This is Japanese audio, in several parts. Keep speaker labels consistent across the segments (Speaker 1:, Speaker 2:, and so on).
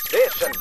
Speaker 1: Station.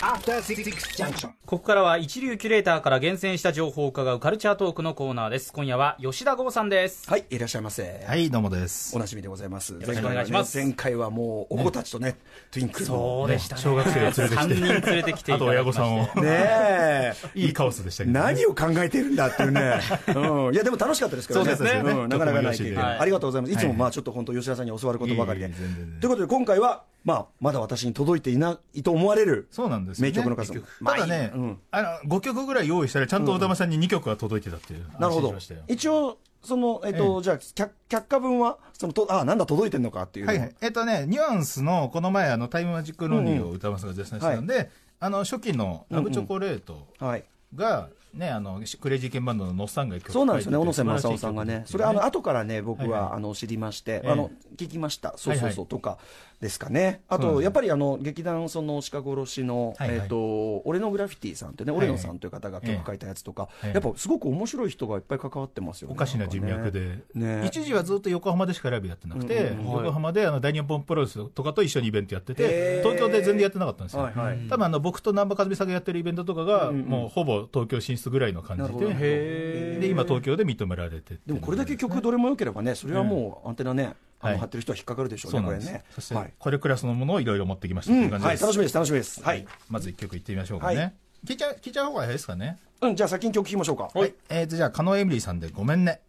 Speaker 1: After Six Junction.
Speaker 2: ここからは一流キュレーターから厳選した情報を伺うカルチャートークのコーナーです。今夜は吉田剛さんです。
Speaker 3: はい、いらっしゃいませ。
Speaker 4: はい、どうもです
Speaker 3: お。なじみでございます。よ
Speaker 2: ろしくお願いします
Speaker 3: 前回はもう、お子たちとね、トゥインクルの。
Speaker 2: そうでしたね。
Speaker 4: 小学生を連れてきて
Speaker 2: 3人連れてきてい
Speaker 4: あ
Speaker 2: た
Speaker 4: と
Speaker 2: だ
Speaker 4: 親
Speaker 2: き
Speaker 4: 御
Speaker 2: まして
Speaker 4: さんを。。
Speaker 3: ねえ。
Speaker 4: いいカオスでしたけどね。
Speaker 3: 何を考えてるんだってい うね、うん、いやでも楽しかったですけどね、
Speaker 2: そうですね
Speaker 3: んなかなかない経
Speaker 4: ちょっともよしで
Speaker 3: 験、
Speaker 4: はい
Speaker 3: ありがとうございます、いつも
Speaker 4: はい
Speaker 3: まあちょっと本当、吉田さんに教わることばかりで。
Speaker 4: いえいえ全然全然
Speaker 3: ということで、今回は、まあ、まだ私に届いていないと思われる
Speaker 4: そうなんですよ、
Speaker 3: 名
Speaker 4: ね。
Speaker 3: 曲の数、
Speaker 4: 結局ただね、
Speaker 3: うん
Speaker 4: あの、5曲ぐらい用意したら、ちゃんと歌丸さんに2曲が届いてたっていう話
Speaker 3: なるほ
Speaker 4: し
Speaker 3: ど
Speaker 4: ましたよ、
Speaker 3: 一応、その、えっと、じゃあ、却却下分は、そのとあなんだ、届いてんのかっていうのを、
Speaker 4: はいはい。えっとね、ニュアンスの、この前、あの、タイムマジックロニーを歌丸さんが絶賛してたんで、あの、初期のラブチョコレート
Speaker 3: はい
Speaker 4: が、ね、あの、クレイジーケンバンドののっさんが一曲
Speaker 3: そうなんですよね、
Speaker 4: 書
Speaker 3: 小
Speaker 4: いて
Speaker 3: 野
Speaker 4: て
Speaker 3: 瀬正夫さんがね、それ、あの後からね、僕
Speaker 4: はい
Speaker 3: は
Speaker 4: はい
Speaker 3: あの知りまして、
Speaker 4: ええ
Speaker 3: あの聞きました、そうそう
Speaker 4: はい
Speaker 3: そ
Speaker 4: は
Speaker 3: うとかですかね、あ
Speaker 4: そうなんです
Speaker 3: と
Speaker 4: よ
Speaker 3: やっぱりあの劇団その鹿殺しの、
Speaker 4: はいはい
Speaker 3: えっと、俺のグラフィティさんってね、
Speaker 4: は
Speaker 3: オ
Speaker 4: いはい
Speaker 3: レノさんという方が曲書いたやつとか、
Speaker 4: ええ
Speaker 3: やっぱすごく面白い人がいっぱい関わってますよね。
Speaker 4: おかしな人脈
Speaker 3: んかね。
Speaker 4: で、
Speaker 3: ね
Speaker 4: 一時はずっと横浜でしかライブやってなくて、
Speaker 3: うん
Speaker 2: うんはい
Speaker 4: 横浜であの大日本プロレスとかと一緒にイベントやって
Speaker 3: へ
Speaker 4: て
Speaker 3: ー、
Speaker 4: 東京で全然やってなかったんですよ。
Speaker 3: はいはい
Speaker 4: 多分あの僕と南波和美さんがやってるイベントとかが、もうほぼ東京進出ぐらいの感
Speaker 3: な
Speaker 4: じ
Speaker 3: るほど
Speaker 4: で、
Speaker 2: へー
Speaker 4: で今、東京で認められてって
Speaker 3: でもこれだけ曲どれも良ければね、それはもうアンテナね、あ
Speaker 4: は
Speaker 3: の
Speaker 4: い
Speaker 3: 張ってる人は引っかかるでしょう
Speaker 4: そう
Speaker 3: ね、
Speaker 4: な
Speaker 3: こ
Speaker 4: ん
Speaker 3: れ
Speaker 4: です、
Speaker 3: ね。
Speaker 4: そして、
Speaker 3: はい。
Speaker 4: これクラスのものをいろいろ持ってきました
Speaker 3: う
Speaker 4: ってい
Speaker 3: ん
Speaker 4: う感じ
Speaker 3: は
Speaker 4: で
Speaker 3: い、
Speaker 4: す。
Speaker 3: 楽しみです、楽しみです。はい。
Speaker 4: まず一曲いってみましょうかね。
Speaker 3: はい
Speaker 4: 聞いちゃ聞いちゃう方が早いですかね。
Speaker 3: うん、じゃあ先に曲聴きましょうか。
Speaker 4: はい。えーと、じゃあ、加納エミリーさんでごめんね。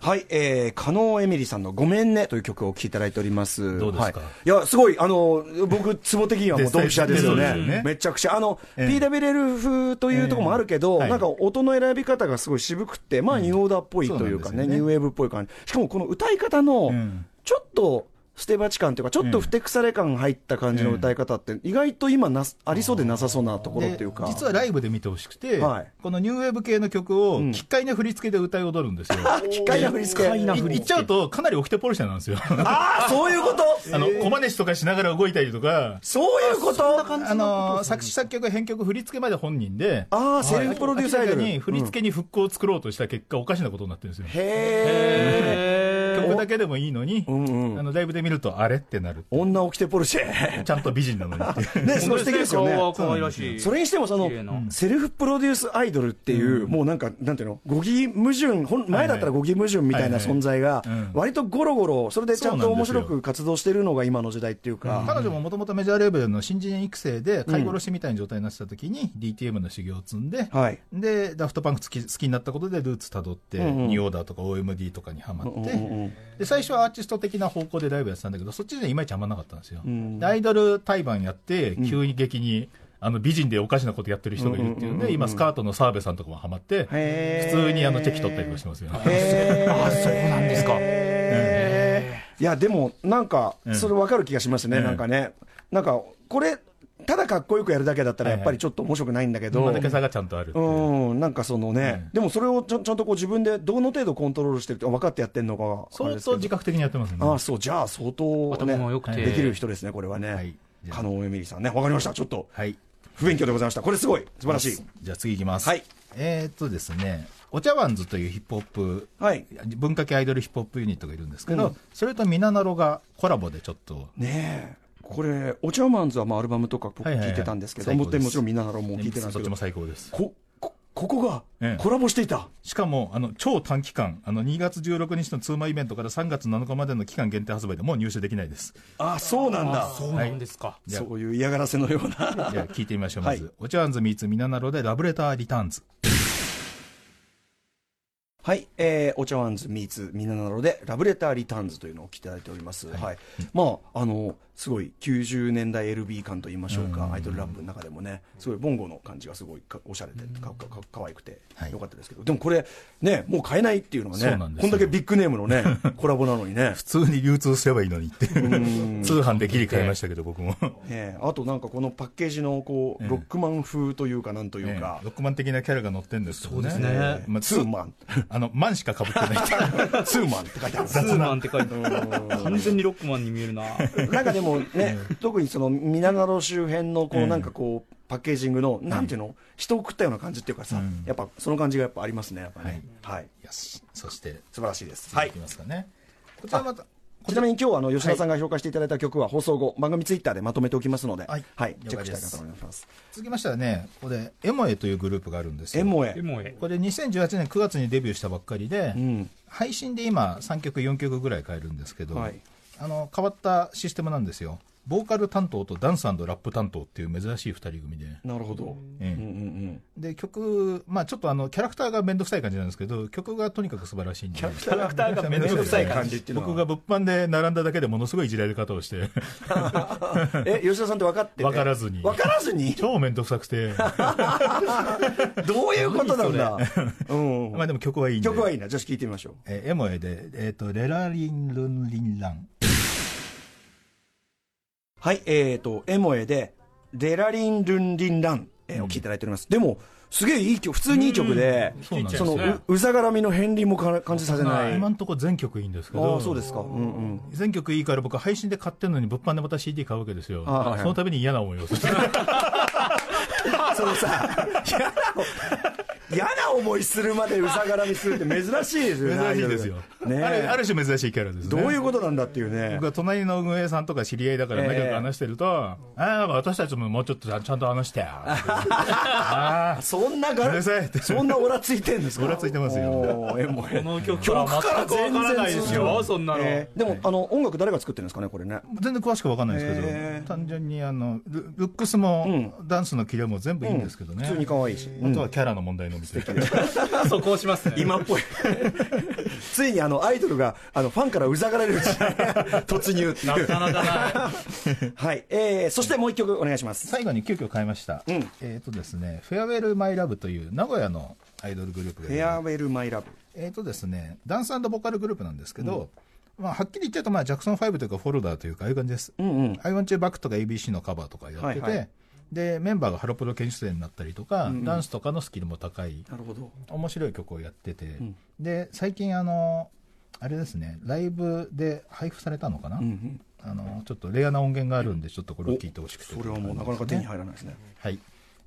Speaker 3: はい、えー、加納エミリさんの「ごめんね」という曲をお聴きいただいております。
Speaker 4: どうですか
Speaker 3: はい、いや、すごい、あの、僕、ツボ的にはもうドンピシャですよ
Speaker 4: ですよね
Speaker 3: ね。めちゃくちゃ。あの、
Speaker 4: ええ
Speaker 3: PWL 風というところもあるけど、
Speaker 4: ええはい
Speaker 3: なんか音の選び方がすごい渋くて、まあ、ニューオーダーっぽいというか
Speaker 4: そうな
Speaker 3: ね、
Speaker 4: んですよね
Speaker 3: ニューウェーブっぽい感じ。しかも、この歌い方の
Speaker 4: うん、
Speaker 3: ちょっと、ステバチ感というか、ちょっとふてくされ感入った感じの歌い方って、意外と今なす、ありそうでなさそうなところっていうか。
Speaker 4: で実はライブで見てほしくて、
Speaker 3: はい
Speaker 4: このニューウェーブ系の曲を、奇怪な振り付けで歌い踊るんですよ。
Speaker 3: あ、機 械な振り付け。
Speaker 4: い言っちゃうと、かなりオキテポルシャなんですよ。 あ
Speaker 3: ああ、そういうこと
Speaker 4: の、小真似しとかしながら動いたりとか、
Speaker 3: そういうこと
Speaker 4: あのー、作詞作曲、編曲、振り付けまで本人で、
Speaker 3: ああ、セルフプロデュースアイドル。
Speaker 4: 明らかに振り付けに復興を作ろうとした結果、おかしなことになってるんですよ。
Speaker 3: へえ。
Speaker 4: 曲だけでもいいのに、あの、ライブで見ると、あれってなる。
Speaker 3: 女起きてポル シェ。
Speaker 4: ちゃんと美人 なのにっていう。
Speaker 3: ね、すごい素敵ですよ
Speaker 2: 顔は
Speaker 3: ね。
Speaker 2: 可愛らしい。
Speaker 3: それにしてもその
Speaker 2: 綺麗なうん
Speaker 3: セルフプロデュースアイドルっていう、もうなんかなんていうの語義矛盾本前だったら語義矛盾みたいな
Speaker 4: はいはい
Speaker 3: 存在が
Speaker 4: うん
Speaker 3: 割とゴロゴロそれでちゃ
Speaker 4: そ
Speaker 3: んと
Speaker 4: うなん
Speaker 3: 面
Speaker 4: ですよ
Speaker 3: 白く活動してるのが今の時代っていうか
Speaker 4: 彼女ももともとメジャーレーベルの新人育成で、飼い殺しみたいな状態になってた時に、DTM の修行を積んで、
Speaker 3: はい
Speaker 4: で、ダフトパンク好き好きになったことで、ルーツ辿って、
Speaker 3: んうん
Speaker 4: ニューオーダーとか OMD とかにハマって、
Speaker 3: うんうんうん
Speaker 4: で、最初はアーティスト的な方向でライブやってたんだけど、そっちでいまいちハマんなかったんですよ。でアイドル対バンやって、急激に、あの、美人でおかしなことやってる人がいるっていうんで、今、スカートの澤部さんとかもハマって、
Speaker 3: へ
Speaker 4: 普
Speaker 3: ー
Speaker 4: 通にあの、チェキ取ったりとかしてますよ。
Speaker 3: あ
Speaker 2: そうなんですか
Speaker 3: いやでもなんか
Speaker 4: ん
Speaker 3: それ分かる気がしますね、
Speaker 4: うん
Speaker 3: なんかねなんかこれただかっこよくやるだけだったら
Speaker 4: は
Speaker 3: や
Speaker 4: いはい
Speaker 3: っぱりちょっと面白くないんだけど、
Speaker 4: 今だけ差がちゃんとあるっていう。
Speaker 3: うん、なんかそのね、
Speaker 4: うん
Speaker 3: でもそれをちゃんちゃんとこう自分でどの程度コントロールしてるって分かってやってんのか、あれ
Speaker 4: 相
Speaker 3: ですけど
Speaker 4: 当自覚的にやってますね。
Speaker 3: ああ、そう、じゃあ相当、
Speaker 2: 頭
Speaker 3: ね
Speaker 2: も良くて
Speaker 3: できる人ですね、これはね、
Speaker 4: はいじゃあ
Speaker 3: 加納恵美里さんね、分かりました、ちょっと
Speaker 4: はい。
Speaker 3: 不勉強でございました、これすごい、素晴らしい。
Speaker 4: じゃあ次いきます。
Speaker 3: はい
Speaker 4: えーっとですね、お茶碗ズというヒップホップ、
Speaker 3: はい
Speaker 4: 文化系アイドルヒップホップユニットがいるんですけど、
Speaker 3: うん
Speaker 4: それとミナナロがコラボでちょっと、
Speaker 3: ねえこれ、お茶マンズはまあアルバムとか僕
Speaker 4: はいはいはい
Speaker 3: 聞いてたんですけど、
Speaker 4: 最高
Speaker 3: も
Speaker 4: です
Speaker 3: もちろんみんなのも聞いてたんです
Speaker 4: そっ
Speaker 3: け
Speaker 4: ち
Speaker 3: ど
Speaker 4: も、最高です。
Speaker 3: ここここが
Speaker 4: ええ
Speaker 3: コラボしていた、
Speaker 4: しかも、あの、超短期間、あの、2月16日のツーマイベントから3月7日までの期間限定発売でもう入手できない です。
Speaker 3: ああ、そうなんだ、
Speaker 2: そうなんですか。
Speaker 4: じゃ
Speaker 3: そういう嫌がらせのような。
Speaker 4: じゃあ聞いてみましょう、まず。
Speaker 3: は
Speaker 4: お茶碗ズミーツミナナロでラブレターリターンズ。
Speaker 3: はい、えー、お茶碗ズミーツみんななのでラブレターリターンズというのを来ていただいております。はい。まああのすごい90年代 LB 感と言いましょうか、アイドルラップの中でもね、すごいボンゴの感じがすごいかおしゃれでかかか可愛くて
Speaker 4: はい
Speaker 3: 良かったですけど、でもこれねもう買えないっていうのが
Speaker 4: そうなんです
Speaker 3: ね、こ
Speaker 4: よ
Speaker 3: んだけビッグネーム のねコラボなのにね。
Speaker 4: 普通に流通すればいいのにっていう。通販で切り替えましたけど、僕も。
Speaker 3: えーあとなんかこのパッケージのこうロックマン風というかなんというか、
Speaker 4: ロックマン的なキャラが乗ってるんですけどね。そうです
Speaker 2: ね
Speaker 4: まあ、
Speaker 3: ツーマン、
Speaker 4: あの、マンしか被ってないっていう。
Speaker 3: ツーマンって書いてある。
Speaker 2: ツーマンって書いてある。完全にロックマンに見えるな。
Speaker 3: なんかでもね、特にその皆なろ周辺のこ
Speaker 4: ええ
Speaker 3: うなんかこうパッケージングのなんていうの、人を食ったような感じっていうかさ、やっぱその感じがやっぱありますね、やっぱね。はい、
Speaker 4: よしそして
Speaker 3: 素晴らしいです。
Speaker 4: は
Speaker 3: はいい
Speaker 4: き、ますかねこちらまた
Speaker 3: ちなみに今日はあの吉田さんが評価していただいた曲は放送後、番組ツイッターでまとめておきますので、は
Speaker 4: はいい、
Speaker 3: チェックしたいなと思います。
Speaker 4: 続きましてはね、ここで、エモエというグループがあるんです
Speaker 3: エ
Speaker 4: よ。
Speaker 3: モエ
Speaker 2: で。もえ
Speaker 4: これ2018年9月にデビューしたばっかりで、
Speaker 3: うん。
Speaker 4: 配信で今3曲4曲ぐらい変えるんですけど、
Speaker 3: はい
Speaker 4: あの変わったシステムなんですよボーカル担当とダンスラップ担当っていう珍しい2人組で、
Speaker 3: なるほど。
Speaker 4: え
Speaker 3: うんう
Speaker 4: え
Speaker 3: んうん。
Speaker 4: で曲、まあ、ちょっとあのキャラクターが面倒くさい感じなんですけど曲がとにかく素晴らしいんでキ
Speaker 2: キャラクターがめんどくさい感じ
Speaker 3: っていうのは
Speaker 4: 僕が物販で並んだだけでものすごいいじられ方をして
Speaker 3: え、吉田さんって分かってて
Speaker 4: 分からずに
Speaker 3: 分からずに
Speaker 4: 超面倒くさくて
Speaker 3: どういうことなんだうん。
Speaker 4: まあでも曲はいいんで
Speaker 3: 曲はいいな。じゃあ聞いてみましょう。
Speaker 4: えーエモエで、えーと「レラリンルンリンラン
Speaker 3: はい、えーと、エモエで、デラリンルンリンラン、えー
Speaker 4: うん
Speaker 3: を聞いていただいております。でも、すげえいい曲、普通にいい曲で、
Speaker 4: そうなんです
Speaker 3: そ
Speaker 4: ね
Speaker 3: のう、うざがらみの片鱗もか感じさせ」ない。
Speaker 4: 今
Speaker 3: あ
Speaker 4: のところ全曲いいんですけど
Speaker 3: あ、そうですか。うん うん。
Speaker 4: 全曲いいから僕配信で買ってるのに物販でまた CD 買うわけですよ、
Speaker 3: あはい
Speaker 4: そのために嫌な思いを する
Speaker 3: そのさ、嫌な、嫌な思いするまでうざがらみするって珍しいですよね。
Speaker 4: 珍しいですよ、
Speaker 3: アイドルが
Speaker 4: あ
Speaker 3: ねえ
Speaker 4: るある種珍しいキャラですね
Speaker 3: どういうことなんだっていうね
Speaker 4: 僕。は隣の運営さんとか知り合いだから
Speaker 3: ええ
Speaker 4: 仲良く話してると、ああなんか私たちももうちょっとちゃんちゃんと話 してよああ
Speaker 3: そんなが
Speaker 4: うるさいって
Speaker 3: そんなオラついてんですか
Speaker 4: オラついてますよ
Speaker 3: よ。えもえ
Speaker 2: この曲は全くわからないですよ、そんなの。
Speaker 3: えーでも、あの、音楽誰が作ってるんですかね、これね。
Speaker 4: 全然詳しく分かんないですけど、
Speaker 3: ええ
Speaker 4: 単純にあのルルックスも、ダンスのキレも全部いいんですけどね、
Speaker 3: 普通に可愛いし。
Speaker 4: あとはキャラの問題のみたいな
Speaker 2: そこをしますね。
Speaker 3: 今っぽい。ついにあの、アイドルが、あの、ファンからうざがられる時代突入って
Speaker 2: な
Speaker 3: いう。
Speaker 2: かなか
Speaker 3: はい。えー、そしてもう一曲お願いします。
Speaker 4: 最後に急遽変えました、
Speaker 3: ん
Speaker 4: えっ、とですね「フェアウェル・マイ・ラブ」という名古屋のアイドルグループがい
Speaker 3: フ
Speaker 4: る
Speaker 3: ェアウェル・マイ・ラブ。
Speaker 4: えっ、とですねダンスボーカルグループなんですけど、まあ、はっきり言っちゃうと、まあ、ジャクソン5というかフォルダーというかああいう感じです「
Speaker 3: うんうん。
Speaker 4: I want you back」とか ABC のカバーとかやってて、
Speaker 3: はいはい
Speaker 4: でメンバーがハロプロ研修生になったりとか、ダンスとかのスキルも高い
Speaker 3: なるほど。
Speaker 4: 面白い曲をやってて、で最近あのあれですねライブで配布されたのかな、
Speaker 3: うん
Speaker 4: あのちょっとレアな音源があるんでちょっとこれを聞いてほしくて
Speaker 3: それはもうなかなか手に入らないですね。
Speaker 4: はい。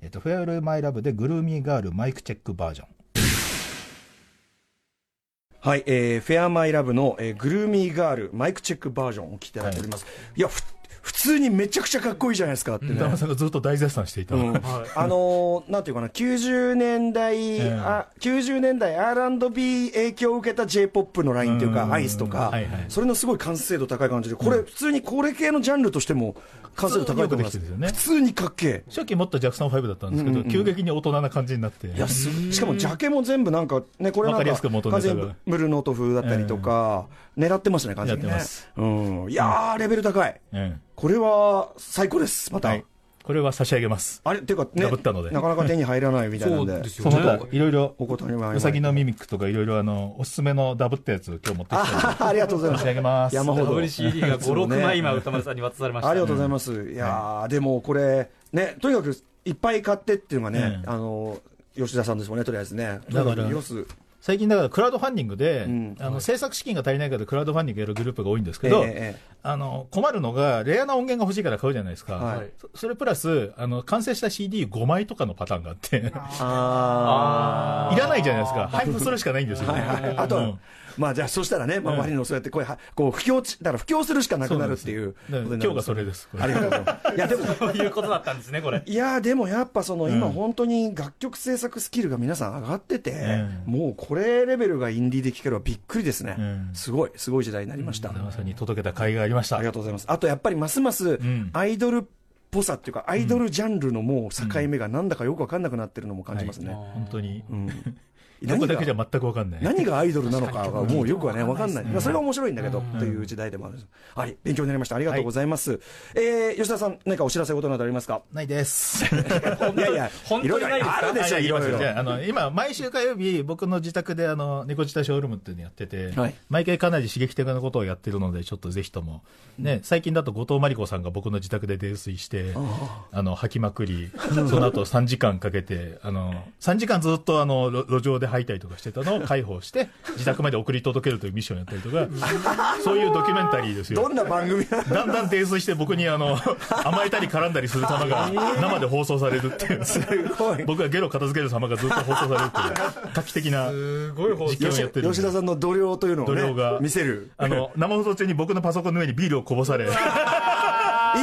Speaker 4: えっ、と、フェアルマイラブでグルーミーガールマイクチェックバージョン。
Speaker 3: はい、えー、フェアマイラブの、えー、グルーミーガールマイクチェックバージョンを聞いていただいております。い、や、ふ普通にめちゃくちゃかっこいいじゃないですかってね。
Speaker 4: 田中さんがずっと大絶賛していた。
Speaker 3: うんあのーなんていうかな、90年代、
Speaker 4: え
Speaker 3: あ90年代 R&B 影響を受けた J-POP のラインという
Speaker 4: うん
Speaker 3: か、アイスとか、
Speaker 4: はいはい
Speaker 3: それのすごい完成度高い感じで、これ、普通にこれ系のジャンルとしても、完成度高いと思いま
Speaker 4: 普通によくできて
Speaker 3: す。
Speaker 4: るんで
Speaker 3: 普
Speaker 4: す
Speaker 3: 通にかっけえ。
Speaker 4: 初期もっとジャクソン5だったんですけど、急激に大人な感じになって。
Speaker 3: いやすしかもジャケも全部なんかねこれな
Speaker 4: わか
Speaker 3: ん
Speaker 4: り
Speaker 3: か
Speaker 4: やすく元ネ
Speaker 3: 完
Speaker 4: タが
Speaker 3: 全にムルノート風だったりとか、狙ってますね完全にね
Speaker 4: やってます
Speaker 3: うんいやーレベル高い
Speaker 4: うん
Speaker 3: これは最高ですまた、
Speaker 4: はい。これは差し上げます。
Speaker 3: あれっていうかね
Speaker 4: ダブったので
Speaker 3: なかなか手に入らないみたいなんで
Speaker 2: そうですよ
Speaker 4: その他、いろいろ、
Speaker 3: お断りは
Speaker 4: うさぎのミミックとかいろいろあの、おすすめのダブったやつ今日持ってきたので
Speaker 3: あありがとうございま
Speaker 4: 差
Speaker 3: す
Speaker 4: し上げます。
Speaker 3: 山ほ
Speaker 2: な
Speaker 3: ど
Speaker 2: い。WCD が5、6枚今、歌丸さんに渡されました。
Speaker 3: ありがとうございます、いやー、でもこれねとにかくいっぱい買ってっていうのがね、
Speaker 4: うん
Speaker 3: あの吉田さんですもんねとりあえずね
Speaker 4: だから
Speaker 3: とにかくよす
Speaker 4: 最近だからクラウドファンディングで、
Speaker 3: ん
Speaker 4: あの制作資金が足りないからクラウドファンディングやるグループが多いんですけど、
Speaker 3: ええええ
Speaker 4: あの困るのがレアな音源が欲しいから買うじゃないですか、
Speaker 3: はい
Speaker 4: そそれプラスあの完成した CD5 枚とかのパターンがあって
Speaker 3: あ
Speaker 4: いらないじゃないですか配布するしかないんですよ、
Speaker 3: あと、
Speaker 4: うん
Speaker 3: まあじゃあ、そしたらね、まあ、周りのそうやってこう、はこう布教ち、だから布教するしかなくなるっていう
Speaker 4: そうなんです
Speaker 3: ことになるんよね
Speaker 4: 今日がそれです
Speaker 3: ありがとうございます。いや、で も、
Speaker 2: ということだったんですね、これ。
Speaker 3: いやでもやっぱその、今
Speaker 4: うん
Speaker 3: 本当に楽曲制作スキルが皆さん上がってて、
Speaker 4: う
Speaker 3: もうこれレベルがインディーで聴けるはびっくりですね、
Speaker 4: うん
Speaker 3: すごい、すごい時代になりました。
Speaker 4: まさに届けた甲斐がありました
Speaker 3: ありがとうございます。あとやっぱりますます
Speaker 4: ん
Speaker 3: アイドルっぽさっていうか、アイドルジャンルのもう境目がなんだかよくわかんなくなってるのも感じます
Speaker 4: は
Speaker 3: ね。
Speaker 4: い本当に、
Speaker 3: うん
Speaker 4: どこだけ
Speaker 3: 何
Speaker 4: じ
Speaker 3: が
Speaker 4: ゃ全く分かんない
Speaker 3: 何がアイドルなのかがもうよくはね、わかんない。
Speaker 2: うん
Speaker 3: まあそれが面白いんだけど、という時代でもあるんです。はい、勉強になりました。ありがとうございます。えー吉田さん、何かお知らせ事などありますか
Speaker 4: ないです
Speaker 3: いやいや、
Speaker 2: 本当に
Speaker 3: いろいろ
Speaker 2: ないですか
Speaker 3: あるでしょ、
Speaker 4: あ
Speaker 3: い
Speaker 4: じゃあ
Speaker 3: ろいろ
Speaker 4: じ。ゃああの今、毎週火曜日、僕の自宅で、あの、猫舌ショールームっていうのやってて、
Speaker 3: はい
Speaker 4: 毎回かなり刺激的なことをやってるので、ちょっとぜひとも、ね、最近だと後藤真理子さんが僕の自宅で泥酔して、あの、吐きまくり、その後3時間かけて、あの、3時間ずっと、あの、路路上で吐いたりとかしてたのを解放して、自宅まで送り届けるというミッションをやったりと か、そういうドキュメンタリーです
Speaker 3: ど
Speaker 4: よ。
Speaker 3: んな番組 なの
Speaker 4: だんだん泥酔して僕にあの、甘えたり絡んだりする様が生で放送されるって いう。
Speaker 3: ごい
Speaker 4: 僕がゲロ片付ける様がずっと放送されるっていう、画期的 な
Speaker 2: すごい放
Speaker 4: 実験をやってるんで。
Speaker 3: 吉田さんの度量というのを、
Speaker 4: 度量
Speaker 3: ね
Speaker 4: が、
Speaker 3: 見せる。
Speaker 4: あの、生放送中に僕のパソコンの上にビールをこぼさ れ、
Speaker 3: い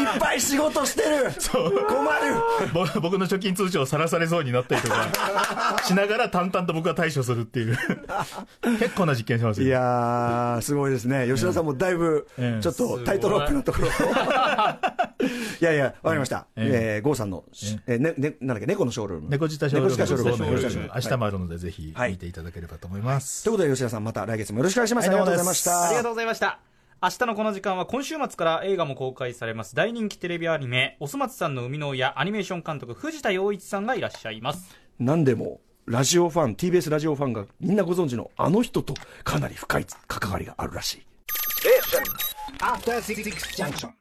Speaker 3: っぱい仕事してる
Speaker 4: そう
Speaker 3: 困る
Speaker 4: ぼ僕の貯金通帳をさらされそうになったりと か、しながら淡々と僕が対処するっていう。結構な実験しますよ。
Speaker 3: いやー、すごいですね。吉田さんもだいぶ
Speaker 4: え、え
Speaker 3: ちょっとタイトロップのとこ ろを。いやいや、わかりました。
Speaker 4: ええ
Speaker 3: えー、郷さんの、え、ね、ね、なんだっけ、猫のショールーム。
Speaker 4: 猫舌ショール
Speaker 3: 猫舌ショールーム。
Speaker 4: ー
Speaker 3: 猫
Speaker 4: ム
Speaker 3: 舌ショールーム
Speaker 4: 明日もあるので、ぜひ
Speaker 3: はい
Speaker 4: 見ていただければと思います。
Speaker 3: ということで、吉田さん、また来月もよろしくお願いします。あ
Speaker 4: はい
Speaker 3: り
Speaker 4: ど
Speaker 3: が
Speaker 4: うもで
Speaker 3: とうご
Speaker 4: す
Speaker 3: ざいまし
Speaker 2: ありが
Speaker 3: た。
Speaker 2: とうございました。明日のこの時間は今週末から映画も公開されます大人気テレビアニメ「おそ松さんの生みの親」アニメーション監督藤田洋一さんがいらっしゃいます
Speaker 3: 何でも、ラジオファン、TBS ラジオファンがみんなご存知のあの人とかなり深い関わりがあるらしい。
Speaker 1: After Six Junction.